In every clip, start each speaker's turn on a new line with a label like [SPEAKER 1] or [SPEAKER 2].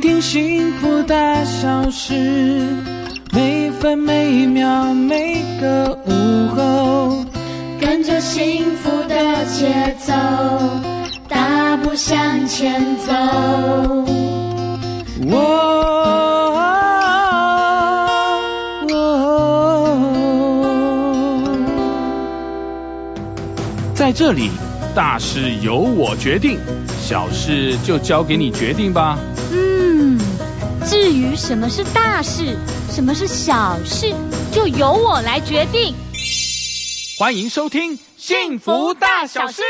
[SPEAKER 1] 听幸福大小事，每分每秒每个午后，
[SPEAKER 2] 跟着幸福的节奏，大步向前走。
[SPEAKER 3] 哦
[SPEAKER 1] 我、
[SPEAKER 3] 哦
[SPEAKER 1] 在这里，
[SPEAKER 3] 大事由我决定，小事就交给你决定吧。
[SPEAKER 4] 嗯，至于什么是大事，什么是小事，就由我来决定。
[SPEAKER 3] 欢迎收听《幸福大小事》。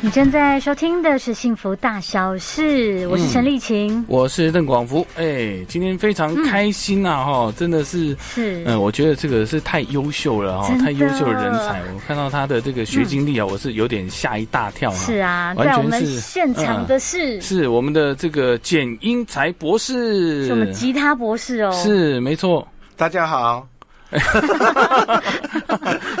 [SPEAKER 4] 你正在收听的是《幸福大小事》，
[SPEAKER 3] 嗯
[SPEAKER 4] 我是陈丽琴。
[SPEAKER 3] 我是邓广福，哎，今天非常开心啊！哈、真的是，
[SPEAKER 4] 嗯是
[SPEAKER 3] 嗯，我觉得这个是太优秀了哈、
[SPEAKER 4] 真的嗯
[SPEAKER 3] 太优秀的人才。我看到他的这个学经历啊，我是有点吓一大跳啊。
[SPEAKER 4] 是啊，
[SPEAKER 3] 完
[SPEAKER 4] 在我
[SPEAKER 3] 全
[SPEAKER 4] 们
[SPEAKER 3] 是啊
[SPEAKER 4] 现场的是、
[SPEAKER 3] 是我们的这个简英才博士，
[SPEAKER 4] 是我们吉他博士哦，
[SPEAKER 3] 是没错。
[SPEAKER 5] 大家好，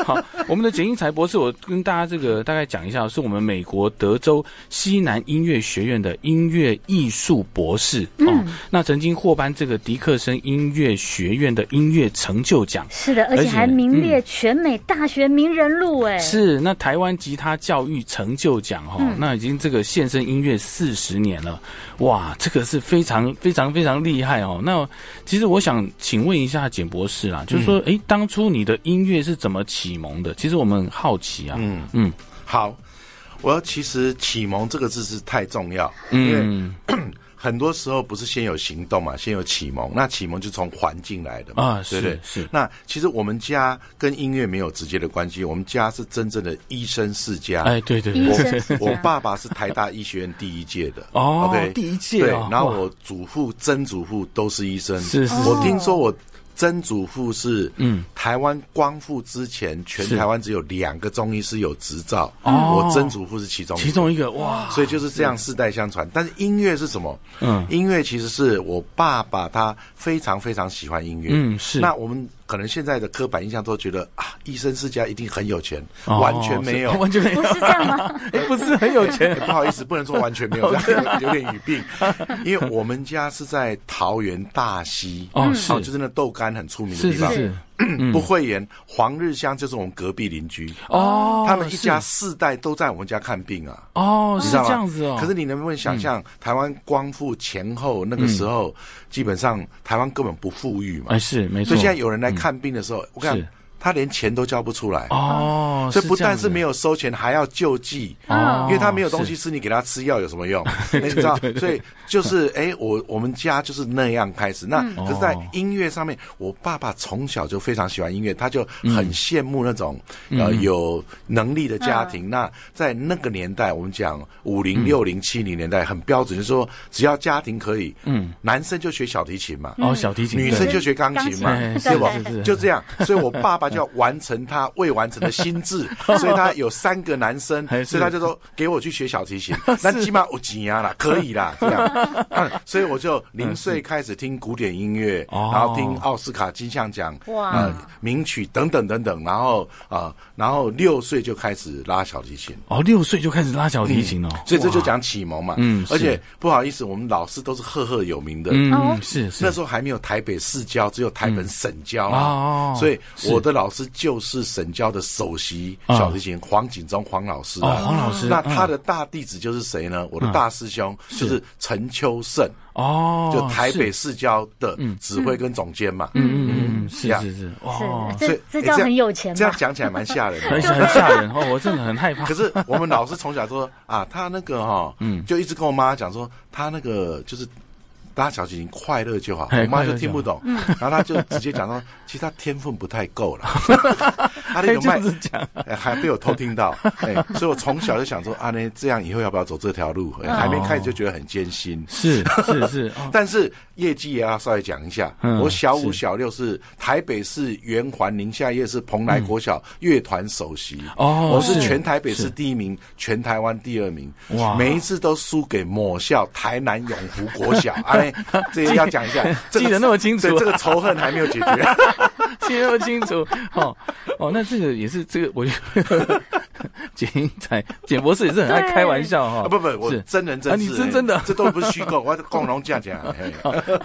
[SPEAKER 3] 好，我们的简英才博士，我跟大家这个大概讲一下，是我们美国德州西南音乐学院的音乐艺术博士哦、
[SPEAKER 4] 嗯
[SPEAKER 3] 那曾经获颁这个迪克森音乐学院的音乐成就奖。
[SPEAKER 4] 是的，而
[SPEAKER 3] 而
[SPEAKER 4] 且
[SPEAKER 3] 且嗯
[SPEAKER 4] 还名列全美大学名人录哎，
[SPEAKER 3] 是，那台湾吉他教育成就奖哈、
[SPEAKER 5] 嗯
[SPEAKER 3] 那已经这个献身音乐四十年了，哇，这个是非常非常非常厉害哦。那其实我想请问一下简博士
[SPEAKER 5] 嗯
[SPEAKER 3] 啦，就是说，诶，当初你的音乐是怎么启蒙的？其实我们很好奇啊，嗯嗯
[SPEAKER 5] 好，我其实启蒙这个字是太重要，
[SPEAKER 3] 嗯
[SPEAKER 5] 很多时候不是先有行动嘛，先有启蒙，那启蒙就从环境来的嘛，
[SPEAKER 3] 啊，是
[SPEAKER 5] 对不对？
[SPEAKER 3] 是，
[SPEAKER 5] 那其实我们家跟音乐没有直接的关系，我们家是真正的医生世家，
[SPEAKER 3] 哎，对对
[SPEAKER 4] 医
[SPEAKER 3] 对，
[SPEAKER 4] 生是 这
[SPEAKER 5] 我
[SPEAKER 4] 样
[SPEAKER 5] 爸爸是台大医学院第一届的
[SPEAKER 3] 哦
[SPEAKER 5] OK，
[SPEAKER 3] 第一届
[SPEAKER 5] 对
[SPEAKER 3] 哦，
[SPEAKER 5] 然后
[SPEAKER 3] 哇
[SPEAKER 5] 我祖父、曾祖父都是医生，
[SPEAKER 3] 是是是
[SPEAKER 5] 我听说我曾祖父是嗯，台湾光复之前，全
[SPEAKER 3] 是
[SPEAKER 5] 台湾只有两个中医师有执照，
[SPEAKER 3] 哦
[SPEAKER 5] 我曾祖父是其中
[SPEAKER 3] 其中
[SPEAKER 5] 一
[SPEAKER 3] 一个哇
[SPEAKER 5] 个，，所以就是这样世代相传。但是音乐是什么？
[SPEAKER 3] 嗯
[SPEAKER 5] 音乐其实是我爸爸他非常非常喜欢音乐，
[SPEAKER 3] 嗯是
[SPEAKER 5] 那我们可能现在的刻板印象都觉得啊，医生世家一定很有钱，
[SPEAKER 3] 哦
[SPEAKER 5] 完全没有
[SPEAKER 3] 是， 完全没有
[SPEAKER 4] 不，是这 样吗？
[SPEAKER 3] 哎，不是很有 钱
[SPEAKER 5] 欸不好意思，不能说完全 没有，这样有点语病。因为我们家是在桃园大溪，嗯
[SPEAKER 3] 哦是
[SPEAKER 5] 就是那豆干很出名的
[SPEAKER 3] 是
[SPEAKER 5] 地
[SPEAKER 3] 是
[SPEAKER 5] 方。嗯
[SPEAKER 3] 是，嗯
[SPEAKER 5] 不会演黄日香就是我们隔壁邻居，
[SPEAKER 3] 哦，
[SPEAKER 5] 他们一家
[SPEAKER 3] 是
[SPEAKER 5] 四代都在我们家看病啊。
[SPEAKER 3] 哦，
[SPEAKER 5] 你
[SPEAKER 3] 是
[SPEAKER 5] 知道吗？
[SPEAKER 3] 这样子哦，
[SPEAKER 5] 可是你能不能想象，台湾光复前后那个时候，基本上台湾根本不富裕嘛
[SPEAKER 3] 嗯哎，是没错，嗯
[SPEAKER 5] 所以现在有人来看病的时候，我看
[SPEAKER 3] 是
[SPEAKER 5] 他连钱都交不出来。
[SPEAKER 3] 哦，
[SPEAKER 5] 所以不但是
[SPEAKER 3] 有。
[SPEAKER 5] 没有收钱，还要救济，
[SPEAKER 3] 哦
[SPEAKER 5] 因为他没有东西吃，你给他吃药有什么用？哎你知道，所以就是 哎，我我们家就是那样开始。那可是，在音乐上面，我爸爸从小就非常喜欢音乐，他就很羡慕那种呃有能力的家庭。那在那个年代，我们讲五零、六零、七零年代很标准，就是说只要家庭可以，嗯，男生就学小提琴嘛，
[SPEAKER 3] 哦，小提琴，
[SPEAKER 5] 女生就学钢琴嘛
[SPEAKER 3] 钢，琴
[SPEAKER 5] 对不
[SPEAKER 3] 是是是？
[SPEAKER 5] 就这样，所以我爸爸就要完成他未完成的心 智，所以他有三个男生
[SPEAKER 3] 还，是
[SPEAKER 5] 所以他就说给我去学小 提琴，那起码我几啊啦，可以啦，这样。嗯所以我就零岁开始听古典音乐，
[SPEAKER 3] 嗯哦
[SPEAKER 5] 然后听奥斯卡金像奖、
[SPEAKER 4] 哇
[SPEAKER 5] 呃名曲等等等等，然后啊，然后六岁就开始拉小提琴。
[SPEAKER 3] 哦，六岁就开始拉小提琴哦，
[SPEAKER 5] 嗯所以这就讲启蒙嘛，
[SPEAKER 3] 嗯是
[SPEAKER 5] 而且不好意思，我们老师都是赫赫有名的，
[SPEAKER 3] 嗯，是是
[SPEAKER 5] 那时候还没有台北市郊，只有台北省郊
[SPEAKER 3] 嗯
[SPEAKER 5] 啊，
[SPEAKER 3] 哦
[SPEAKER 5] 所以我的老师就是省郊的首席小提琴黄景忠黄老师啊
[SPEAKER 3] 嗯哦，黄老师
[SPEAKER 5] 那
[SPEAKER 3] 嗯
[SPEAKER 5] 他的大弟子就是谁呢？我的大师兄就是陈秋盛，
[SPEAKER 3] 哦，
[SPEAKER 5] 就台北
[SPEAKER 3] 是，嗯
[SPEAKER 5] 市郊的指挥跟总监嘛。
[SPEAKER 3] 嗯嗯嗯，是
[SPEAKER 5] 呀
[SPEAKER 3] 是是，
[SPEAKER 4] 是
[SPEAKER 3] 哦，
[SPEAKER 5] 所
[SPEAKER 4] 这
[SPEAKER 5] 以
[SPEAKER 4] 这
[SPEAKER 5] 诶
[SPEAKER 4] 叫
[SPEAKER 5] 样
[SPEAKER 4] 很有钱
[SPEAKER 5] 这
[SPEAKER 4] 吧
[SPEAKER 5] 样？讲起来蛮吓人
[SPEAKER 3] 很
[SPEAKER 5] 的。
[SPEAKER 3] 很吓人哦，我真的很害怕
[SPEAKER 5] 可。是我们老师从小说啊，他那个哈，
[SPEAKER 3] 嗯
[SPEAKER 5] 就一直跟我妈讲说，他那个就是拉小提琴快乐就好，
[SPEAKER 3] 哎
[SPEAKER 5] 我妈
[SPEAKER 3] 快乐就
[SPEAKER 5] 就
[SPEAKER 3] 好
[SPEAKER 5] 听不懂，然后他就直接讲说， 其实他天分不太够了， 他那
[SPEAKER 3] 这
[SPEAKER 5] 个卖
[SPEAKER 3] 样子讲，
[SPEAKER 5] 哎还被我偷听到， 哎，所以我从小就想说，啊，那这样以后要不要走这条路？
[SPEAKER 3] 哦
[SPEAKER 5] 哎还没开始就觉得很艰辛，
[SPEAKER 3] 是是是，哦
[SPEAKER 5] 但是业绩也要稍微讲一下。
[SPEAKER 3] 嗯
[SPEAKER 5] 我小
[SPEAKER 3] 是
[SPEAKER 5] 五、小六是台北市圆环宁夏夜市蓬莱国小乐团首席。
[SPEAKER 3] 哦
[SPEAKER 5] 我是
[SPEAKER 3] 是
[SPEAKER 5] 全台北市第一名，全台湾第二名。
[SPEAKER 3] 哇
[SPEAKER 5] 每一次都输给某校台南永福国 小。哎，这也要讲一下，这个
[SPEAKER 3] 记得那么清楚
[SPEAKER 5] 对这个仇恨还没有解 决。
[SPEAKER 3] 记得那么清楚，哦哦，那这个也是这个，我觉得 简英才简博士也是很爱开玩笑哈、
[SPEAKER 5] 啊不不，我
[SPEAKER 3] 是
[SPEAKER 5] 真人真事，
[SPEAKER 3] 啊你是真的
[SPEAKER 5] 哎这都不是虚构，我共同 讲讲。哎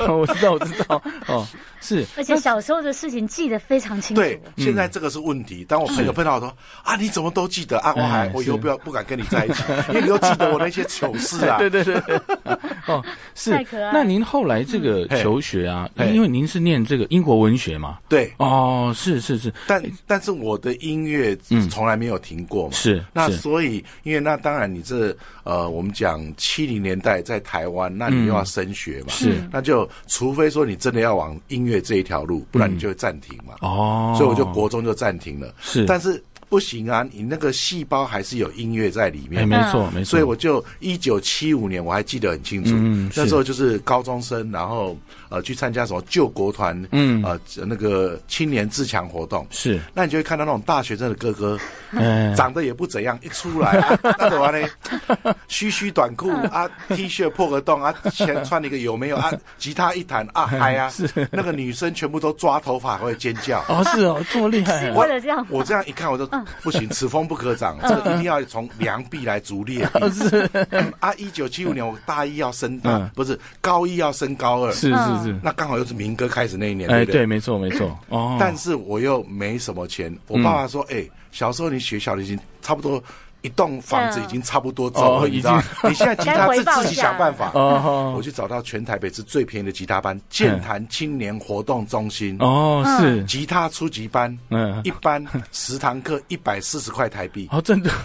[SPEAKER 3] 我知道我知道哦，是
[SPEAKER 4] 而且小时候的事情记得非常清楚。
[SPEAKER 5] 对，
[SPEAKER 3] 嗯
[SPEAKER 5] 现在这个是问题。当我朋友碰到我说啊，你怎么都记得啊？我还
[SPEAKER 3] 哎
[SPEAKER 5] 我以
[SPEAKER 3] 是
[SPEAKER 5] 后不要不敢跟你在一 起，因为你都记得我那些糗事啊。
[SPEAKER 3] 对对对对， 哦是
[SPEAKER 4] 太可爱。
[SPEAKER 3] 那您后来这个
[SPEAKER 5] 嗯嘿
[SPEAKER 3] 求学啊，
[SPEAKER 5] 嘿
[SPEAKER 3] 因为您是念这个英国文学嘛，
[SPEAKER 5] 对
[SPEAKER 3] 哦是是是，
[SPEAKER 5] 但但是我的音乐从来没有停过嘛，
[SPEAKER 3] 是
[SPEAKER 5] 那
[SPEAKER 3] 是
[SPEAKER 5] 所以因为那当然你这呃，我们讲七零年代在台湾，那你又要升学嘛，
[SPEAKER 3] 嗯是
[SPEAKER 5] 那就除非说你真的要往音乐这一条路，不然你就会暂停嘛，
[SPEAKER 3] 哦，
[SPEAKER 5] 所以我就国中就暂停了，
[SPEAKER 3] 是
[SPEAKER 5] 但是不行啊，你那个细胞还是有音乐在里
[SPEAKER 3] 哎
[SPEAKER 5] 面
[SPEAKER 3] 没
[SPEAKER 5] 嘛。
[SPEAKER 3] 错
[SPEAKER 4] 嗯
[SPEAKER 3] 没错，
[SPEAKER 5] 所以我就一九七五年，我还记得很清楚。
[SPEAKER 3] 嗯
[SPEAKER 5] 那
[SPEAKER 3] 是
[SPEAKER 5] 时候就是高中生，然后呃去参加什么救国团，
[SPEAKER 3] 嗯
[SPEAKER 5] 呃那个青年自强活动，
[SPEAKER 3] 是
[SPEAKER 5] 那你就会看到那种大学生的哥哥，
[SPEAKER 3] 嗯
[SPEAKER 5] 长得也不怎样，一出来啊 那怎么呢？虚虚短 裤啊，T 恤破个洞啊，前穿了一个有没有啊？ 吉他一弹
[SPEAKER 3] 嗯
[SPEAKER 5] 啊，嗨啊！那个女生全部都抓头发，会尖叫。
[SPEAKER 3] 哦是 哦这么厉害，
[SPEAKER 4] 为了这样嗯
[SPEAKER 5] 我这样一看，我就不行，此风不可长，这个一定要从良币来 逐劣币。
[SPEAKER 3] 哦
[SPEAKER 5] 是啊，一九七五年我大一要升大
[SPEAKER 3] 嗯，
[SPEAKER 5] 不是高一要升高二，
[SPEAKER 3] 是是
[SPEAKER 4] 嗯
[SPEAKER 3] 是，
[SPEAKER 5] 那刚好又是民歌开始那一年，
[SPEAKER 3] 哎
[SPEAKER 5] 对不对
[SPEAKER 3] 对？没错没错哦，
[SPEAKER 5] 但是我又没什么钱。我爸爸
[SPEAKER 3] 嗯
[SPEAKER 5] 说：“哎、小时候你学小提琴，差不多一栋房子
[SPEAKER 4] 嗯
[SPEAKER 5] 已经差不多走了，
[SPEAKER 3] 哦
[SPEAKER 5] 你知道吗？你现在吉他
[SPEAKER 4] 该
[SPEAKER 5] 自
[SPEAKER 4] 回报
[SPEAKER 5] 自己
[SPEAKER 4] 一下
[SPEAKER 5] 想办法。
[SPEAKER 3] 哦
[SPEAKER 5] 我去找到全台北市最便宜的吉他班——健谈青年活动中心。
[SPEAKER 3] 嗯哦
[SPEAKER 4] 嗯
[SPEAKER 3] 是
[SPEAKER 5] 吉他初级班，
[SPEAKER 3] 嗯
[SPEAKER 5] 一班十堂课一百四十块台币，
[SPEAKER 3] 哦真的。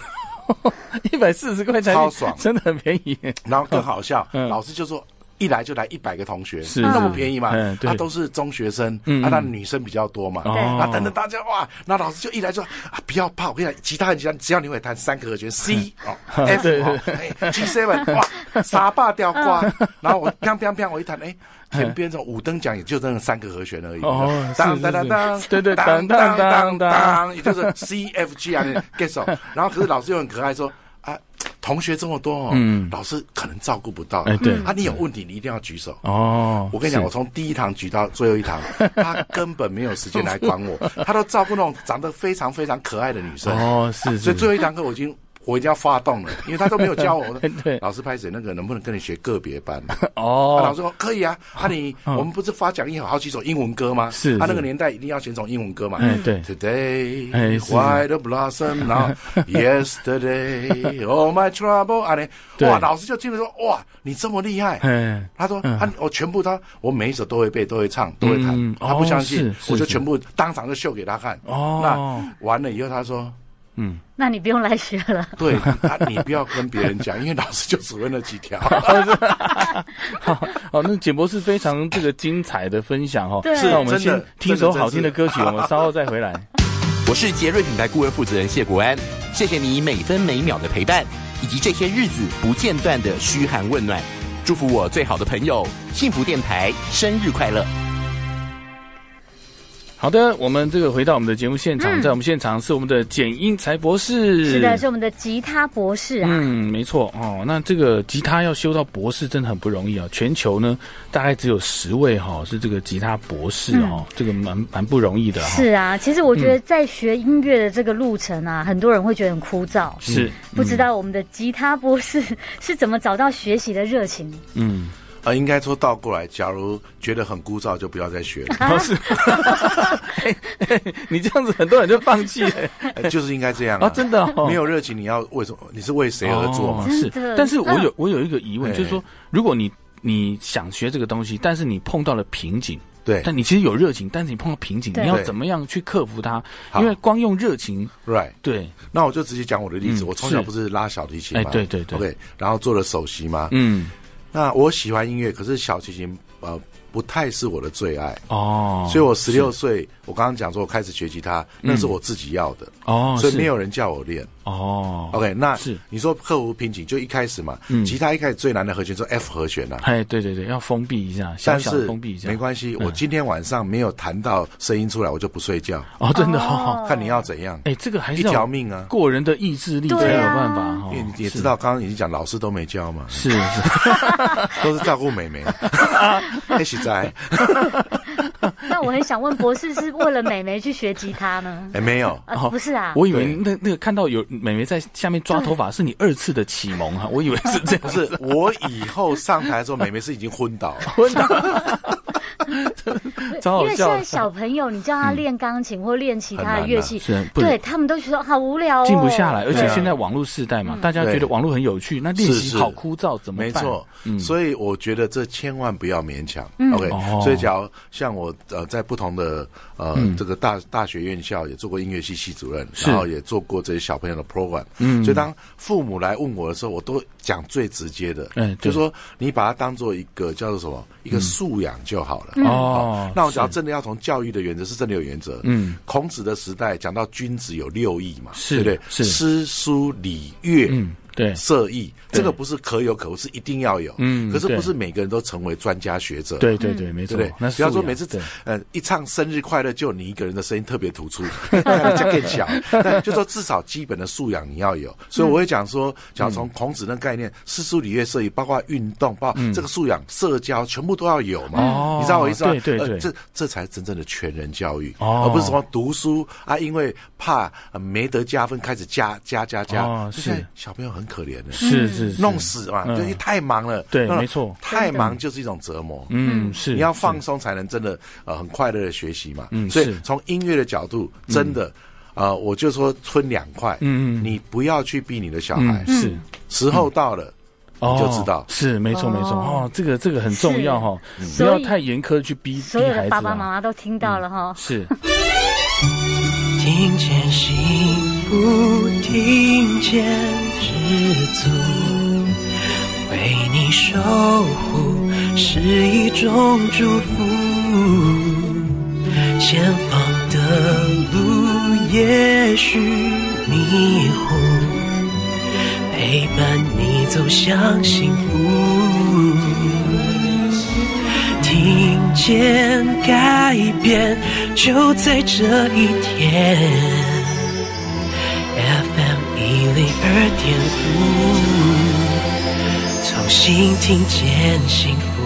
[SPEAKER 3] 一百四十块钱，
[SPEAKER 5] 超爽
[SPEAKER 3] 真的很便宜。
[SPEAKER 5] 然后更好笑，
[SPEAKER 3] 嗯
[SPEAKER 5] 老师就说一来就来一百个同学，
[SPEAKER 3] 是
[SPEAKER 5] 那么
[SPEAKER 3] 是
[SPEAKER 5] 便宜嘛
[SPEAKER 3] 嗯？对
[SPEAKER 5] 他都是中学生，
[SPEAKER 3] 嗯
[SPEAKER 5] 啊，
[SPEAKER 3] 嗯
[SPEAKER 5] 那女生比较多嘛，
[SPEAKER 3] 哦
[SPEAKER 5] 啊，等等大家哇，那老师就一来就说啊，不要怕，我跟你讲，吉他很简单，只要你会弹三个和弦 C 哦 F
[SPEAKER 3] 嗯 对
[SPEAKER 5] 哦哎 G seven 哇，傻爸吊挂，然后我砰砰砰，我一弹，哎。田边这种五等奖也就那三个和弦而已，
[SPEAKER 3] 哦
[SPEAKER 5] 当
[SPEAKER 3] 是
[SPEAKER 5] 当
[SPEAKER 3] 是
[SPEAKER 5] 当
[SPEAKER 3] 是
[SPEAKER 5] 当，
[SPEAKER 3] 对对当
[SPEAKER 5] 当
[SPEAKER 3] 当
[SPEAKER 5] 当当
[SPEAKER 3] 当
[SPEAKER 5] 当，也就是 C F G 啊，get 手。然后可是老师又很可爱，说啊，同学这么多哦，
[SPEAKER 3] 嗯
[SPEAKER 5] 老师可能照顾不到，
[SPEAKER 3] 哎对
[SPEAKER 5] 啊，你有问题你一定要举手。
[SPEAKER 3] 哦，
[SPEAKER 5] 我跟你讲，
[SPEAKER 3] 是
[SPEAKER 5] 我从第一堂举到最后 一堂，他根本没有时间来管我，他都照顾那种长得非常非常可爱的女生。
[SPEAKER 3] 哦是是，。
[SPEAKER 5] 所以最后一堂课我已经我已经要发动了，因为他都没有教我
[SPEAKER 3] 对
[SPEAKER 5] 老师拍谁那个能不能跟你学个别班？啊老
[SPEAKER 3] 哦
[SPEAKER 5] 师说可以啊，啊你我们不是发讲义有好几首英文歌吗？
[SPEAKER 3] 是
[SPEAKER 5] 啊那
[SPEAKER 3] 是
[SPEAKER 5] 个年代一定要选首英文歌嘛。
[SPEAKER 3] 哎对
[SPEAKER 5] ，Today
[SPEAKER 3] 哎是
[SPEAKER 5] white blossom，然后 Yesterday all my trouble，啊你
[SPEAKER 3] 对
[SPEAKER 5] 哇老师就听着说哇你这么厉害，
[SPEAKER 3] 哎
[SPEAKER 5] 他说：“
[SPEAKER 3] 嗯
[SPEAKER 5] 啊，我全部他，我每一首都会背，都会唱，都会弹。
[SPEAKER 3] 嗯
[SPEAKER 5] 他不
[SPEAKER 3] 哦
[SPEAKER 5] 相信
[SPEAKER 3] 是，是
[SPEAKER 5] 我就是全部当场就秀给他看。
[SPEAKER 3] 哦
[SPEAKER 5] 那完了以后，他说
[SPEAKER 4] 那你不用来学了：“，
[SPEAKER 5] 对，啊，你不要跟别人讲，因为老师就只会那几 条。
[SPEAKER 3] 哦好，那简博士非常这个精彩的分享哦，
[SPEAKER 4] 对是
[SPEAKER 3] 那我们
[SPEAKER 5] 真的
[SPEAKER 3] 先听
[SPEAKER 5] 真的
[SPEAKER 3] 首好听的歌曲，我们稍后再 回来。
[SPEAKER 6] 我是杰瑞品牌顾问负责人谢国安，谢谢你每分每秒的陪伴，以及这些日子不间断的嘘寒问暖。祝福我最好的朋友幸福电台生日快乐！
[SPEAKER 3] 好的，我们这个回到我们的节目现场，在我们现场是我们的简英才博士，
[SPEAKER 4] 嗯是的，是我们的吉他博士啊，
[SPEAKER 3] 嗯，没错哦。那这个吉他要修到博士真的很不容易啊、全球呢，大概只有十位哈、是这个吉他博士哦，这个蛮蛮不容易的哈、
[SPEAKER 4] 嗯是啊。其实我
[SPEAKER 3] 嗯
[SPEAKER 4] 觉得在学音乐的这个路程啊，很多人会觉得很枯燥，
[SPEAKER 3] 嗯是
[SPEAKER 4] 不知道我们的吉他博士 是怎么找到学习的热情。
[SPEAKER 3] 嗯，”
[SPEAKER 5] 啊，应该说倒过来，假如觉得很枯燥，就不要再学
[SPEAKER 4] 啊
[SPEAKER 5] 了，
[SPEAKER 3] 不是、嘿嘿哎你这样子很多人就放弃 了
[SPEAKER 5] 哎就是应该这样
[SPEAKER 3] 啊，真的、哦、
[SPEAKER 5] 没有热情，你要为什么？你是为谁而做嘛
[SPEAKER 3] 哦？是
[SPEAKER 4] 真的，嗯
[SPEAKER 3] 但是我有我有一个疑问，
[SPEAKER 5] 哎
[SPEAKER 3] 就是说，如果你你想学这个东西，但是你碰到了瓶颈，
[SPEAKER 5] 对
[SPEAKER 3] 但你其实有热情，但是你碰到瓶颈，
[SPEAKER 4] 对
[SPEAKER 3] 你要
[SPEAKER 5] 对
[SPEAKER 3] 怎么样去克服它？
[SPEAKER 5] 好
[SPEAKER 3] 因为光用热情，
[SPEAKER 5] ，right。
[SPEAKER 3] 对，
[SPEAKER 5] 那我就直接讲我的例子。
[SPEAKER 3] 嗯
[SPEAKER 5] 我从小
[SPEAKER 3] 是
[SPEAKER 5] 不是拉小提琴嘛，
[SPEAKER 3] 哎对对对
[SPEAKER 5] OK，然后做了首席嘛。
[SPEAKER 3] 嗯，
[SPEAKER 5] 那我喜欢音乐，可是小提琴呃不太是我的最爱。
[SPEAKER 3] 哦，
[SPEAKER 5] 所以我十六岁，我刚刚讲说我开始学吉他，那是我自己要的，
[SPEAKER 3] 哦，
[SPEAKER 5] 所以
[SPEAKER 3] 是
[SPEAKER 5] 没有人叫我练。
[SPEAKER 3] 哦
[SPEAKER 5] OK，那
[SPEAKER 3] 是嗯
[SPEAKER 5] 你说克服瓶颈，就一开始嘛，吉他一开始最难的和弦是 F 和弦啊。
[SPEAKER 3] 哎，对对对，要封闭一下，小
[SPEAKER 5] 但
[SPEAKER 3] 小的
[SPEAKER 5] 是
[SPEAKER 3] 封闭一下，嗯
[SPEAKER 5] 没关系，我今天晚上没有弹到声音出来，我就不睡觉，
[SPEAKER 3] 哦，真的哦，
[SPEAKER 5] 看你要怎样，
[SPEAKER 3] 哎，这个还是
[SPEAKER 5] 一
[SPEAKER 3] 要
[SPEAKER 5] 条命啊！
[SPEAKER 3] 过人的意志力才
[SPEAKER 4] 对
[SPEAKER 3] 有
[SPEAKER 4] 啊
[SPEAKER 3] 办法哈
[SPEAKER 5] 因为你，也
[SPEAKER 3] 是
[SPEAKER 5] 知道，刚刚已经讲老师都没教嘛，
[SPEAKER 3] 是 是。
[SPEAKER 5] 都是照顾妹妹。哎，实在，
[SPEAKER 4] 那那我很想问，博士是为了美眉去学吉 他呢？
[SPEAKER 5] 哎，没有，
[SPEAKER 4] 啊，不是啊，
[SPEAKER 3] 哦我以为那那个看到有美眉在下面抓头发，是你二次的启蒙哈、啊，我以为是这样
[SPEAKER 5] 不是我以后上台的时候，妹妹是已经昏倒了。
[SPEAKER 3] 昏倒， 超
[SPEAKER 4] 因
[SPEAKER 3] 好
[SPEAKER 4] 为现
[SPEAKER 3] 笑
[SPEAKER 4] 在
[SPEAKER 3] 的。
[SPEAKER 4] 小朋友，你叫他练钢琴 或练其他的
[SPEAKER 5] 很难
[SPEAKER 4] 乐
[SPEAKER 5] 啊
[SPEAKER 4] 器，
[SPEAKER 3] 是不
[SPEAKER 4] 对他们都觉得好无聊哦，嗯
[SPEAKER 3] 静不下来，而且
[SPEAKER 5] 对啊
[SPEAKER 3] 现在网络世代嘛，大家觉得
[SPEAKER 5] 对
[SPEAKER 3] 网络很有趣，那练
[SPEAKER 5] 是
[SPEAKER 3] 习
[SPEAKER 5] 啊是
[SPEAKER 3] 好枯燥，怎么办？嗯
[SPEAKER 5] 没错，所以我觉得这千万不要勉强。OK，、
[SPEAKER 3] 哦嗯
[SPEAKER 5] 所以假如像我呃，在不同的呃、这个大大学院校也做过音乐系系主任，
[SPEAKER 3] 是
[SPEAKER 5] 然后也做过这些小朋友的 program。嗯，所以当父母来问我的时候，我都讲最直接的，
[SPEAKER 3] 嗯对嗯
[SPEAKER 5] 就说你把它当做一个叫做什么一个素养就好了。
[SPEAKER 3] 哦
[SPEAKER 5] 好那我只要真的要从教育的原则是真的有原则。嗯，孔子的时代讲到君子有六艺嘛，
[SPEAKER 3] 是
[SPEAKER 5] 对不对？
[SPEAKER 3] 是
[SPEAKER 5] 诗书礼乐，
[SPEAKER 3] 嗯，对，
[SPEAKER 5] 色艺，
[SPEAKER 3] 对
[SPEAKER 5] 这个不是可有可无，是一定要有。
[SPEAKER 3] 嗯
[SPEAKER 5] 可是
[SPEAKER 3] 对
[SPEAKER 5] 不是每个人都成为专家学者。
[SPEAKER 3] 对对
[SPEAKER 4] 嗯
[SPEAKER 3] 对，没
[SPEAKER 5] 对
[SPEAKER 3] 错
[SPEAKER 5] 不对。？
[SPEAKER 3] 那
[SPEAKER 5] 不要
[SPEAKER 3] 素
[SPEAKER 5] 说
[SPEAKER 3] 养
[SPEAKER 5] 每次
[SPEAKER 3] 对
[SPEAKER 5] 呃一唱生日快乐，就你一个人的声音特别突 出，那就更小。但就说至少基本的素养你要有，所以我会讲说，假如
[SPEAKER 3] 嗯
[SPEAKER 5] 从孔子那概念，诗书礼乐射艺，包括运动，包括这个素养、社交，全部都要有
[SPEAKER 3] 嗯哦
[SPEAKER 5] 嘛。你知道我意思吗？
[SPEAKER 3] 对对
[SPEAKER 5] 呃
[SPEAKER 3] 对
[SPEAKER 5] 这这才是真正的全人教育，
[SPEAKER 3] 哦
[SPEAKER 5] 而不是什么读书啊，因为怕呃没得加分，开始加加加加
[SPEAKER 3] 哦。
[SPEAKER 5] 现在
[SPEAKER 3] 是
[SPEAKER 5] 小朋友很可怜的，
[SPEAKER 3] 是是是
[SPEAKER 5] 弄死嘛，
[SPEAKER 3] 嗯
[SPEAKER 5] 就是太忙了。
[SPEAKER 3] 对
[SPEAKER 5] 那
[SPEAKER 3] 没错
[SPEAKER 5] 太忙就是一种折磨。嗯。
[SPEAKER 3] 嗯是
[SPEAKER 5] 你要放松才能真的呃很快乐的学习嘛。
[SPEAKER 3] 嗯
[SPEAKER 5] 所以
[SPEAKER 3] 是嗯
[SPEAKER 5] 从音乐的角度，真的。呃，我就说分两块，嗯嗯，你不要去逼你的小孩
[SPEAKER 3] 嗯，是
[SPEAKER 5] 时候到了，
[SPEAKER 3] 哦
[SPEAKER 5] 你就知道
[SPEAKER 3] 是没错没错哦，这个这个很重要哈，不
[SPEAKER 4] 所以
[SPEAKER 3] 要太严苛去逼逼
[SPEAKER 4] 所有的
[SPEAKER 3] 孩
[SPEAKER 4] 爸
[SPEAKER 3] 子
[SPEAKER 4] 爸妈
[SPEAKER 3] 啊，
[SPEAKER 4] 妈都听到了哈。
[SPEAKER 3] 是
[SPEAKER 1] 听见幸福，听见知足，为你守护是一种祝福。前方的路也许迷糊，陪伴你走向幸福。听见改变就在这一天。FM 一零二点五，重新听见幸福。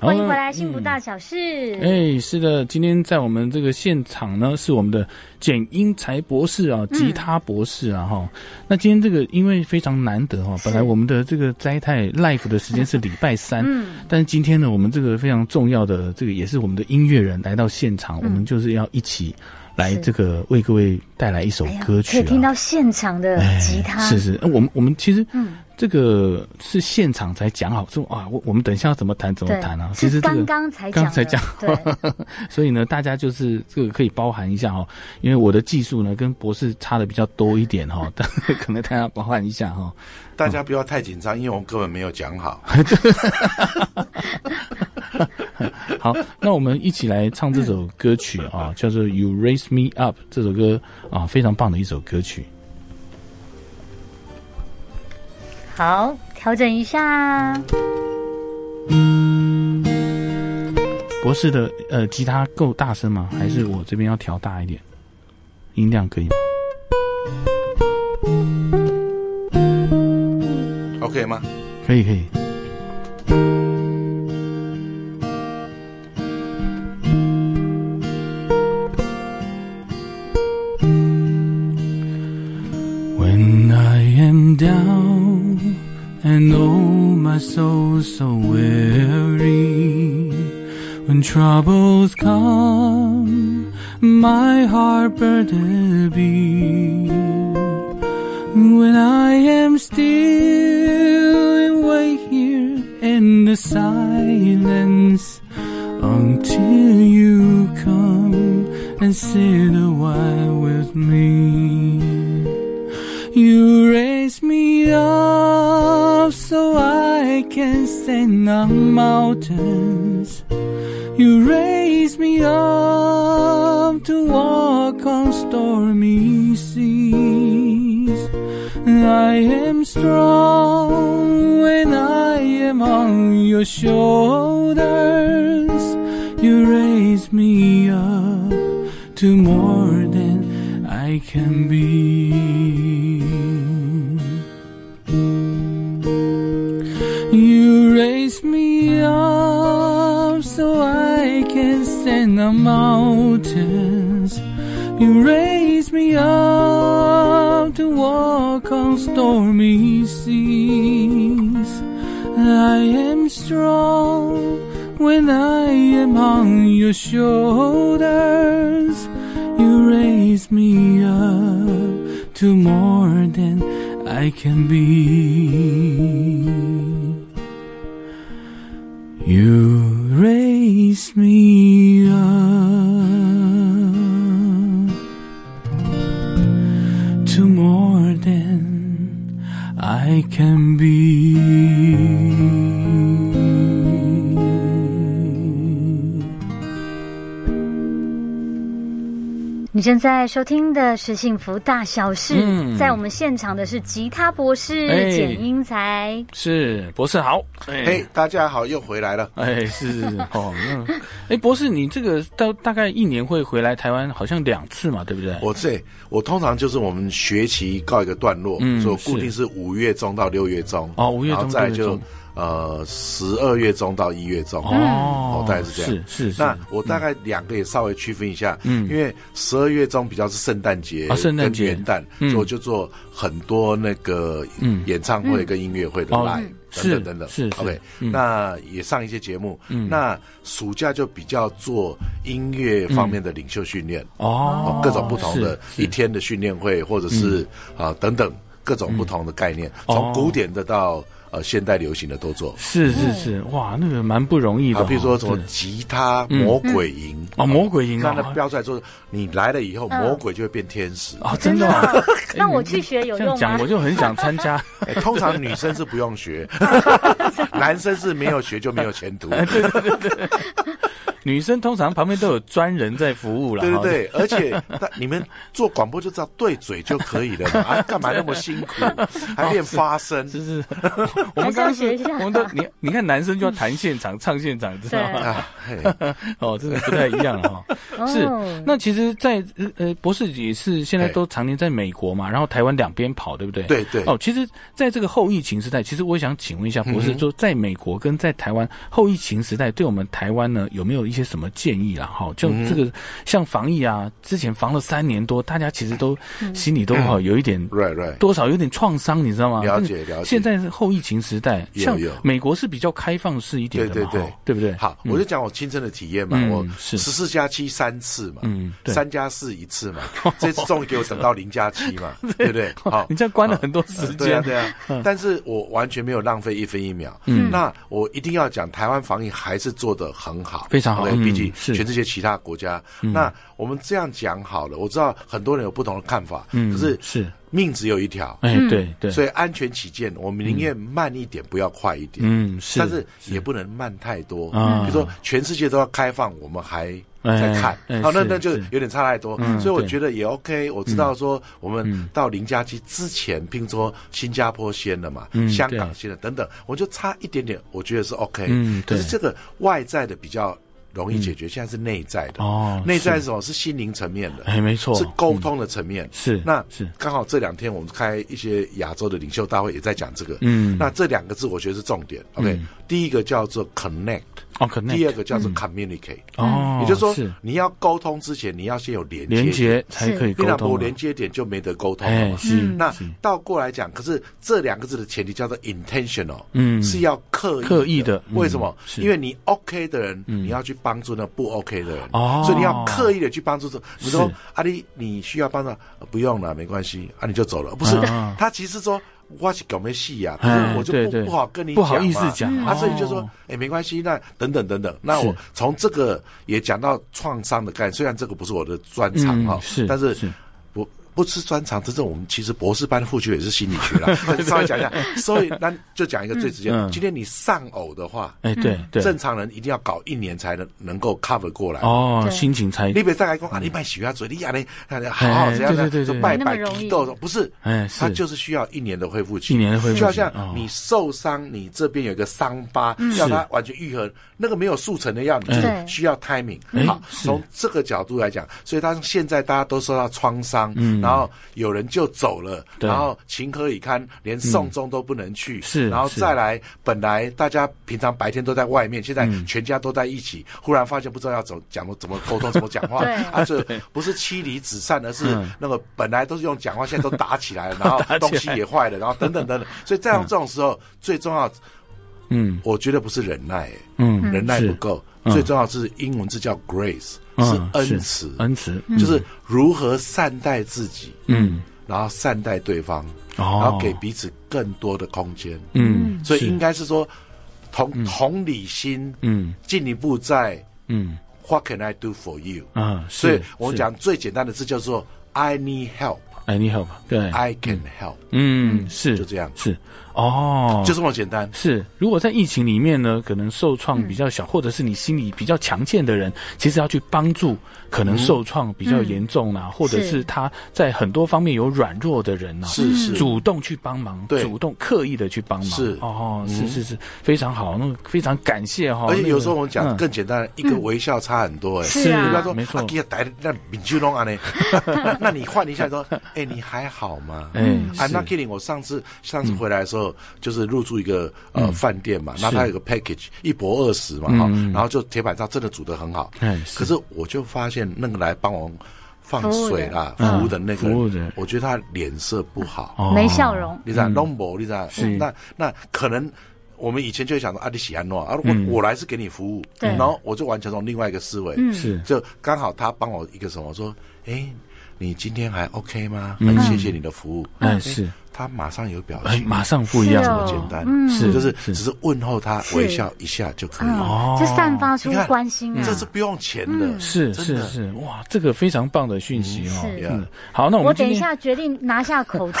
[SPEAKER 4] 欢迎
[SPEAKER 3] 好
[SPEAKER 4] 回
[SPEAKER 3] 那
[SPEAKER 4] 来，幸福大小事。
[SPEAKER 3] 哎，是的，今天在我们这个现场呢，是我们的简英才博士啊，吉他博士啊，哈、那今天这个因为非常难得哈、本来我们的这个斋太 life 的时间是礼拜三，嗯，但是今天呢，我们这个非常重要的这个也是我们的音乐人来到现场，我们就是要一起来这个为各位带来一首
[SPEAKER 4] 哎呀
[SPEAKER 3] 歌
[SPEAKER 4] 可
[SPEAKER 3] 曲、
[SPEAKER 4] 以
[SPEAKER 3] 啊，
[SPEAKER 4] 听到现场的
[SPEAKER 3] 哎
[SPEAKER 4] 吉他，嗯
[SPEAKER 3] 是是，呃我们我们其实，这个是现场才讲好，说啊，我我们等一下要怎么谈怎么
[SPEAKER 4] 对
[SPEAKER 3] 谈啊。
[SPEAKER 4] 嗯是
[SPEAKER 3] 其实这个
[SPEAKER 4] 刚刚才
[SPEAKER 3] 刚才
[SPEAKER 4] 讲
[SPEAKER 3] 讲
[SPEAKER 4] 的，
[SPEAKER 3] 所以呢，大家就是这个可以包含一下哦，因为我的技术呢跟博士差的比较多一点哈， 但可能大家包含一下哈。
[SPEAKER 5] 大家不要太紧张，因为我们根本没有讲好。
[SPEAKER 3] 好，那我们一起来唱这首歌曲
[SPEAKER 4] 嗯
[SPEAKER 3] 啊，叫做《You Raise Me Up》这首歌啊，非常棒的一首歌曲。
[SPEAKER 4] 好，调整一下。
[SPEAKER 3] 博士的呃吉他够大声吗？还是我这边要调大一点？音量可以吗？嗯
[SPEAKER 5] OK 吗？
[SPEAKER 3] 可以可以。When I am down and oh my soul so weary, when troubles come, my heart burdened be. When I am still and wait here in the silence until you come and sit a while with me. You raise me up so I can stand on mountains. You raise me up to walk on stormy seas. I am strong when I am on your shoulders. You raise me up to more than I can be. You raise me up so I
[SPEAKER 1] and the mountains. You raise me up to walk on stormy seas. I am strong when I am on your shoulders. You raise me up to more than I can be. You raise me up to more than I can be.
[SPEAKER 4] 你正在收听的是《幸福大小事》
[SPEAKER 3] 嗯
[SPEAKER 4] 在我们现场的是吉他博士、
[SPEAKER 3] 哎
[SPEAKER 4] 简英才。
[SPEAKER 3] 是博士好，哎
[SPEAKER 5] 嘿，大家好，又回来了。
[SPEAKER 3] 哎，是 是是，哦，那哎，博士，你这个大大概一年会回来台湾，好像两次嘛，对不对？
[SPEAKER 5] 我这我通常就是我们学期告一个段落，
[SPEAKER 3] 嗯
[SPEAKER 5] 所以固定是五月中到六月中，
[SPEAKER 3] 哦五月中
[SPEAKER 5] 然后再来
[SPEAKER 3] 六月
[SPEAKER 5] 就
[SPEAKER 3] 中
[SPEAKER 5] 呃十二月中到一月中，
[SPEAKER 3] 哦，
[SPEAKER 5] 大概是这样。
[SPEAKER 3] 是是，
[SPEAKER 5] 那我大概两个也稍微区分一下，嗯，因为十二月中比较是圣诞节
[SPEAKER 3] 啊圣诞节
[SPEAKER 5] 跟元旦，
[SPEAKER 3] 嗯
[SPEAKER 5] 所以我就做很多那个
[SPEAKER 3] 嗯
[SPEAKER 5] 演唱会跟音乐会
[SPEAKER 3] 嗯
[SPEAKER 5] 的 live、
[SPEAKER 3] 哦
[SPEAKER 5] 等
[SPEAKER 3] 是
[SPEAKER 5] 等等等。
[SPEAKER 3] 是是
[SPEAKER 5] OK，、
[SPEAKER 3] 嗯
[SPEAKER 5] 那也上一些节目。那暑假就比较做音乐方面的领袖训练，
[SPEAKER 3] 哦
[SPEAKER 5] 哦，，各种不同的
[SPEAKER 3] 是是嗯
[SPEAKER 5] 一天的训练会，或者是啊等等各种不同的概念，从古典的到呃现代流行的都做。
[SPEAKER 3] 哦是是是，哇，那个蛮不容易的
[SPEAKER 5] 啊
[SPEAKER 3] 哦，，
[SPEAKER 5] 比如说什么
[SPEAKER 3] 是嗯
[SPEAKER 5] 吉他魔鬼营
[SPEAKER 3] 哦魔鬼营
[SPEAKER 5] 那
[SPEAKER 3] 哦
[SPEAKER 5] 那标出来之后，你来了以后，魔鬼就会变天使。
[SPEAKER 3] 嗯哦，真的啊， 哎
[SPEAKER 4] 那我
[SPEAKER 3] 你
[SPEAKER 4] 去学有
[SPEAKER 3] 这样
[SPEAKER 4] 用吗
[SPEAKER 3] 讲，我？就很想参加。
[SPEAKER 5] 哎通常女生是不用学，男生是没有学就没有前途。
[SPEAKER 3] 哎
[SPEAKER 5] 对
[SPEAKER 3] 女生通常旁边都有专人在服务了，
[SPEAKER 5] 对
[SPEAKER 3] 哈
[SPEAKER 5] 哦对，而且那你们做广播就知道对嘴就可以了 嘛，啊干嘛那么辛苦，还练发声？
[SPEAKER 3] 哦是是， 我们刚刚是
[SPEAKER 4] 还是要学一，下
[SPEAKER 3] 我们都你你看男生就要弹现场、唱现场，知道吗？
[SPEAKER 5] 啊，嘿
[SPEAKER 3] 哦，真的不太一样哈。
[SPEAKER 4] 哦
[SPEAKER 3] 是，那其实在，呃，博士也是现在
[SPEAKER 5] 嘿
[SPEAKER 3] 都常年在美国嘛，然后台湾两边跑，对不对？
[SPEAKER 5] 哎对对
[SPEAKER 3] 哦，其实，在这个后疫情时代，其实我也想请问一下博
[SPEAKER 5] 嗯
[SPEAKER 3] 士，说在美国跟在台湾后疫情时代，对我们台湾呢有没有一些什么建议啦？哈，就
[SPEAKER 5] 嗯
[SPEAKER 3] 这个像防疫啊，之前防了三年多，大家其实都心里都哈有一点
[SPEAKER 5] right right，
[SPEAKER 3] 多少有点创伤，你知道吗？
[SPEAKER 5] 嗯了解
[SPEAKER 3] 但是
[SPEAKER 5] 了解
[SPEAKER 3] 现在是后疫情时代，
[SPEAKER 5] 有
[SPEAKER 3] 像
[SPEAKER 5] 有
[SPEAKER 3] 美国是比较开放式一点的嘛，
[SPEAKER 5] 对对对
[SPEAKER 3] 哈对不对？
[SPEAKER 5] 好，我就讲我亲身的体验嘛，
[SPEAKER 3] 嗯
[SPEAKER 5] 我
[SPEAKER 3] 是
[SPEAKER 5] 十四加七三次嘛
[SPEAKER 3] 嗯，对
[SPEAKER 5] 三加四一次嘛，这次终于给我等到零加七 嘛，对不对？好，
[SPEAKER 3] 你这样关了很多时
[SPEAKER 5] 呃 对
[SPEAKER 3] 间嗯
[SPEAKER 5] 啊，，对啊，但是我完全没有浪费一分一秒。那我一定要讲，台湾防疫还是做得很好，
[SPEAKER 3] 非常好
[SPEAKER 5] OK，
[SPEAKER 3] 嗯
[SPEAKER 5] 毕竟
[SPEAKER 3] 是嗯
[SPEAKER 5] 全世界其他国家，那我们这样讲好了。我知道很多人有不同的看法，
[SPEAKER 3] 嗯
[SPEAKER 5] 可是
[SPEAKER 3] 是
[SPEAKER 5] 命只有一条，
[SPEAKER 3] 哎，对对，
[SPEAKER 5] 啊嗯所以安全起见，我们宁愿慢一点，不要快一点。
[SPEAKER 3] 嗯是，
[SPEAKER 5] 但是也不能慢太多。
[SPEAKER 3] 啊
[SPEAKER 5] 比如说全世界都要开放，我们还。在看
[SPEAKER 3] 哎哎，
[SPEAKER 5] 好，那
[SPEAKER 3] 是嗯
[SPEAKER 5] 那就是有点差太多，所以我觉得也 OK。我知道说我们到零加七之前，听说新加坡先了嘛，
[SPEAKER 3] 嗯
[SPEAKER 5] 香港先了等等，我就差一点点，我觉得是 OK。
[SPEAKER 3] 嗯
[SPEAKER 5] 可是
[SPEAKER 3] 对嗯
[SPEAKER 5] 这个外在的比较容易解决，现在是内在的
[SPEAKER 3] 哦
[SPEAKER 5] 内在是什么？是心灵层面的，
[SPEAKER 3] 哎没错
[SPEAKER 5] 是沟通的层面。
[SPEAKER 3] 是
[SPEAKER 5] 那
[SPEAKER 3] 是
[SPEAKER 5] 刚好这两天我们开一些亚洲的领袖大会，也在讲这个。
[SPEAKER 3] 嗯
[SPEAKER 5] 那这两个字我觉得是重点。OK，、第一个叫做 connect，
[SPEAKER 3] 哦，可能
[SPEAKER 5] 第二个叫做 communicate。
[SPEAKER 3] 哦，
[SPEAKER 5] 也就是说
[SPEAKER 3] 是
[SPEAKER 5] 你要沟通之前，你要先有连接
[SPEAKER 3] 连接
[SPEAKER 5] 点。
[SPEAKER 3] 才可以
[SPEAKER 5] 你
[SPEAKER 3] 沟
[SPEAKER 5] 俩
[SPEAKER 3] 通啊
[SPEAKER 5] 不
[SPEAKER 3] 嘛，
[SPEAKER 5] 连接点就没得沟通了
[SPEAKER 3] 哎
[SPEAKER 5] 嘛。嗯
[SPEAKER 3] 是
[SPEAKER 5] 那倒过来讲，可是这两个字的前提叫做 intentional，
[SPEAKER 3] 嗯
[SPEAKER 5] 是要刻意
[SPEAKER 3] 刻意的嗯
[SPEAKER 5] 为什么？
[SPEAKER 3] 是嗯
[SPEAKER 5] 因为你 OK 的人，你要去帮助那不 OK 的人，
[SPEAKER 3] 哦
[SPEAKER 5] 所以你要刻意的去帮助这。你说
[SPEAKER 3] 是
[SPEAKER 5] 阿丽，你需要帮助，呃不用了，没关系，啊，你就走了。不是
[SPEAKER 3] 啊，
[SPEAKER 5] 他其实说。我是搞没戏啊呀，可
[SPEAKER 3] 哎
[SPEAKER 5] 是我就
[SPEAKER 3] 对对
[SPEAKER 5] 不不好跟你
[SPEAKER 3] 不好
[SPEAKER 5] 嘛
[SPEAKER 3] 意思讲
[SPEAKER 5] 啊，所以就
[SPEAKER 3] 哦
[SPEAKER 5] 说，哎，没关系，那等等等等，那
[SPEAKER 3] 是
[SPEAKER 5] 我从这个也讲到创伤的概念，虽然这个不是我的专长
[SPEAKER 3] 嗯
[SPEAKER 5] 哈，
[SPEAKER 3] 是
[SPEAKER 5] 但是
[SPEAKER 3] 是
[SPEAKER 5] 不不吃专长，这是我们其实博士班复学也是心理学 啦。稍微讲一下，所以那就讲一个最直接的，
[SPEAKER 3] 嗯
[SPEAKER 5] 今天你丧偶的话，
[SPEAKER 3] 哎对对，
[SPEAKER 5] 嗯正常人一定要搞一年才能能够 cover 过来。
[SPEAKER 3] 哦
[SPEAKER 4] 对
[SPEAKER 3] 心情才
[SPEAKER 5] 你别再来讲啊！你卖血压嘴，你啊你好好
[SPEAKER 3] 嗯哎
[SPEAKER 5] 怎样
[SPEAKER 3] 对
[SPEAKER 5] 的，
[SPEAKER 3] 对对
[SPEAKER 5] 就
[SPEAKER 3] 对
[SPEAKER 5] 拜
[SPEAKER 4] 没那么
[SPEAKER 5] 拜
[SPEAKER 4] 容易
[SPEAKER 5] 提豆，不是，
[SPEAKER 3] 哎是
[SPEAKER 5] 他就是需要一年的恢复期，
[SPEAKER 3] 一年的恢复期
[SPEAKER 5] 就好像
[SPEAKER 3] 哦嗯
[SPEAKER 5] 你受伤，你这边有一个伤疤，要它完全愈合，那个没有速成的药，你就
[SPEAKER 4] 对
[SPEAKER 5] 是需要 timing
[SPEAKER 3] 哎。
[SPEAKER 5] 好，
[SPEAKER 3] 是
[SPEAKER 5] 从这个角度来讲，所以当现在大家都受到创伤，然后有人就走了，
[SPEAKER 3] 嗯对嗯
[SPEAKER 5] 然后情何以堪，连送终都不能去，
[SPEAKER 3] 是
[SPEAKER 5] 然后
[SPEAKER 3] 是
[SPEAKER 5] 再来，本来大家平常白天都在外
[SPEAKER 3] 嗯
[SPEAKER 5] 面，现在全家都在一起，忽然发现不知道要怎讲怎么沟通，怎么讲 话
[SPEAKER 4] 对，
[SPEAKER 5] 啊，这不是妻离子散，而是那个本来都是用讲话，现在都打起来了，然
[SPEAKER 3] 嗯 打
[SPEAKER 5] 后
[SPEAKER 3] 起来
[SPEAKER 5] 东西也坏了，然后等等 等等，所以在这种时候，最重要，
[SPEAKER 3] 嗯
[SPEAKER 5] 我觉得不是忍耐，欸
[SPEAKER 3] 嗯，
[SPEAKER 5] 忍耐
[SPEAKER 3] 是
[SPEAKER 5] 不够，
[SPEAKER 3] 嗯
[SPEAKER 5] 最重要是英文字叫 grace，是
[SPEAKER 3] 嗯
[SPEAKER 5] 恩慈，嗯
[SPEAKER 3] 恩慈，
[SPEAKER 5] 就是如何善待自己，
[SPEAKER 3] 嗯，
[SPEAKER 5] 然后善待对方，
[SPEAKER 3] 哦
[SPEAKER 5] 然后给彼此更多的空间。
[SPEAKER 3] 嗯，
[SPEAKER 5] 所以
[SPEAKER 3] 是
[SPEAKER 5] 应该是说同同理心，
[SPEAKER 3] 嗯
[SPEAKER 5] 进一步在
[SPEAKER 3] 嗯
[SPEAKER 5] What can I do for you？
[SPEAKER 3] 啊，是
[SPEAKER 5] 所以我们
[SPEAKER 3] 是
[SPEAKER 5] 讲最简单的字叫做 I need help，I
[SPEAKER 3] 哎，你好吧，对，
[SPEAKER 5] can help，
[SPEAKER 3] 嗯，是
[SPEAKER 5] 就这样
[SPEAKER 3] 是哦，
[SPEAKER 5] 就这么简单。
[SPEAKER 3] 是，如果在疫情里面呢，可能受
[SPEAKER 5] 嗯
[SPEAKER 3] 创比较小，或者是你心理比较强健的人，其实要去帮
[SPEAKER 5] 嗯
[SPEAKER 3] 助可能受创比较严重啦、或者
[SPEAKER 4] 是
[SPEAKER 3] 是他在很多方面有软弱的人呐、啊
[SPEAKER 5] 是是
[SPEAKER 3] 主动去帮忙，
[SPEAKER 5] 对
[SPEAKER 3] 主动刻意的去帮忙，
[SPEAKER 5] 是嗯
[SPEAKER 3] 哦，是是是，非常好，那非常感谢哈、
[SPEAKER 5] 而且
[SPEAKER 3] 那个
[SPEAKER 5] 有时候我们讲
[SPEAKER 3] 嗯
[SPEAKER 5] 更简单，一个微笑差很多哎。
[SPEAKER 4] 是啊
[SPEAKER 5] 你不要说
[SPEAKER 3] 没错
[SPEAKER 5] 啊，给他逮那敏俊龙啊呢，那 那你换一下说，哎，你还好吗？
[SPEAKER 3] 哎
[SPEAKER 4] 嗯
[SPEAKER 5] ，I'm
[SPEAKER 3] 是嗯
[SPEAKER 5] not kidding。我上次上次回来的时候，就是入住一个呃饭店嘛，那它有个 package 一博二十嘛哈，然后就铁板烧真的煮得很好
[SPEAKER 3] 嗯哎，是
[SPEAKER 5] 可是我就发现那个来帮我放
[SPEAKER 4] 服务
[SPEAKER 5] 水
[SPEAKER 4] 的
[SPEAKER 5] 啦、服
[SPEAKER 3] 嗯
[SPEAKER 5] 务的那个人，
[SPEAKER 3] 服务的
[SPEAKER 5] 我觉得他脸色不好，
[SPEAKER 3] 哦
[SPEAKER 4] 没笑容，
[SPEAKER 5] 你知道弄不？你知道嗯
[SPEAKER 3] 是？
[SPEAKER 5] 那那可能我们以前就会想说啊，你喜欢诺啊，我我来是给你服务，
[SPEAKER 4] 对
[SPEAKER 5] 然后我就完全从另外一个思维，
[SPEAKER 3] 是
[SPEAKER 5] 就刚好他帮我一个什么，我说哎，你今天还 OK 吗？很谢谢你的服务，
[SPEAKER 3] 哎
[SPEAKER 5] 诶
[SPEAKER 3] 是，
[SPEAKER 5] 他马上有表
[SPEAKER 3] 哎，
[SPEAKER 5] 情，
[SPEAKER 3] 马上不一样
[SPEAKER 4] 是
[SPEAKER 3] 了，
[SPEAKER 5] 啊这么
[SPEAKER 4] 哦
[SPEAKER 5] 简单，
[SPEAKER 3] 是
[SPEAKER 5] 就是
[SPEAKER 3] 是
[SPEAKER 5] 只是问候他微笑一下就可以了，
[SPEAKER 3] 哦
[SPEAKER 4] 嗯，就散发出
[SPEAKER 5] 你看
[SPEAKER 4] 关心啊。
[SPEAKER 5] 这是不用钱的，
[SPEAKER 3] 是
[SPEAKER 5] 真
[SPEAKER 3] 是
[SPEAKER 5] 的。
[SPEAKER 3] 是，哇，这个非常棒的讯息哦，
[SPEAKER 4] 是
[SPEAKER 3] 嗯，好，那我
[SPEAKER 4] 我
[SPEAKER 3] 们今
[SPEAKER 4] 等一
[SPEAKER 3] 天。
[SPEAKER 4] 下决定拿下口 罩，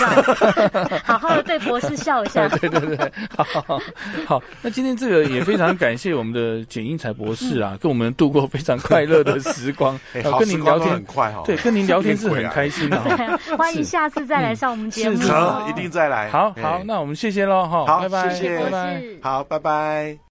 [SPEAKER 4] 好好的对博士笑一下。
[SPEAKER 3] 对对对，好，好，那今天这个也非常感谢我们的简英才博士啊，跟我们度过非常快乐的时光，
[SPEAKER 5] 嗯 哎
[SPEAKER 3] 呃
[SPEAKER 5] 好
[SPEAKER 3] 跟
[SPEAKER 5] 时
[SPEAKER 3] 您
[SPEAKER 5] 光
[SPEAKER 3] 聊
[SPEAKER 5] 都
[SPEAKER 3] 天
[SPEAKER 5] 很快哦哈
[SPEAKER 3] 对，跟您聊天是
[SPEAKER 5] 变鬼
[SPEAKER 3] 很
[SPEAKER 5] 啊
[SPEAKER 3] 开心的、啊。
[SPEAKER 4] 欢迎下次再来上我们节目
[SPEAKER 3] 是
[SPEAKER 4] 哦。
[SPEAKER 5] 好，一定再来。
[SPEAKER 3] 好
[SPEAKER 5] 哎
[SPEAKER 3] 好，那我们谢谢喽哈，
[SPEAKER 5] 好
[SPEAKER 3] 拜拜，
[SPEAKER 5] 谢谢
[SPEAKER 4] 博
[SPEAKER 3] 拜拜。
[SPEAKER 4] 士。
[SPEAKER 5] 好，拜拜。